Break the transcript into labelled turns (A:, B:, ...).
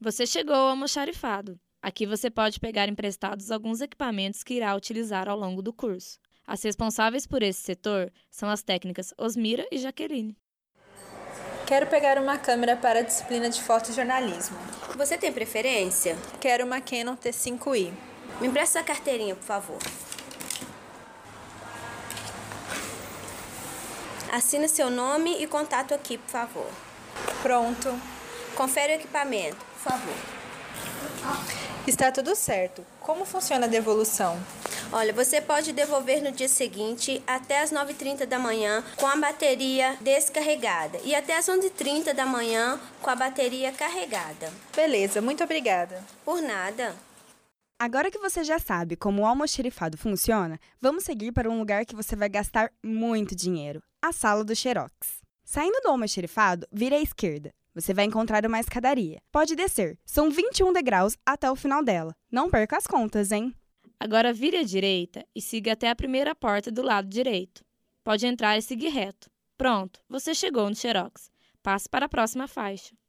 A: Você chegou ao almoxarifado. Aqui você pode pegar emprestados alguns equipamentos que irá utilizar ao longo do curso. As responsáveis por esse setor são as técnicas Osmira e Jaqueline.
B: Quero pegar uma câmera para a disciplina de fotojornalismo.
C: Você tem preferência?
B: Quero uma Canon T5i.
C: Me empresta sua carteirinha, por favor. Assina seu nome e contato aqui, por favor.
B: Pronto.
C: Confere o equipamento, por favor.
B: Está tudo certo. Como funciona a devolução?
C: Olha, você pode devolver no dia seguinte até as 9h30 da manhã com a bateria descarregada e até as 11h30 da manhã com a bateria carregada.
B: Beleza, muito obrigada.
C: Por nada.
D: Agora que você já sabe como o almoxerifado funciona, vamos seguir para um lugar que você vai gastar muito dinheiro, a sala do Xerox. Saindo do almoxerifado, vira à esquerda. Você vai encontrar uma escadaria. Pode descer, são 21 degraus até o final dela. Não perca as contas, hein?
A: Agora vire à direita e siga até a primeira porta do lado direito. Pode entrar e seguir reto. Pronto, você chegou no Xerox. Passe para a próxima faixa.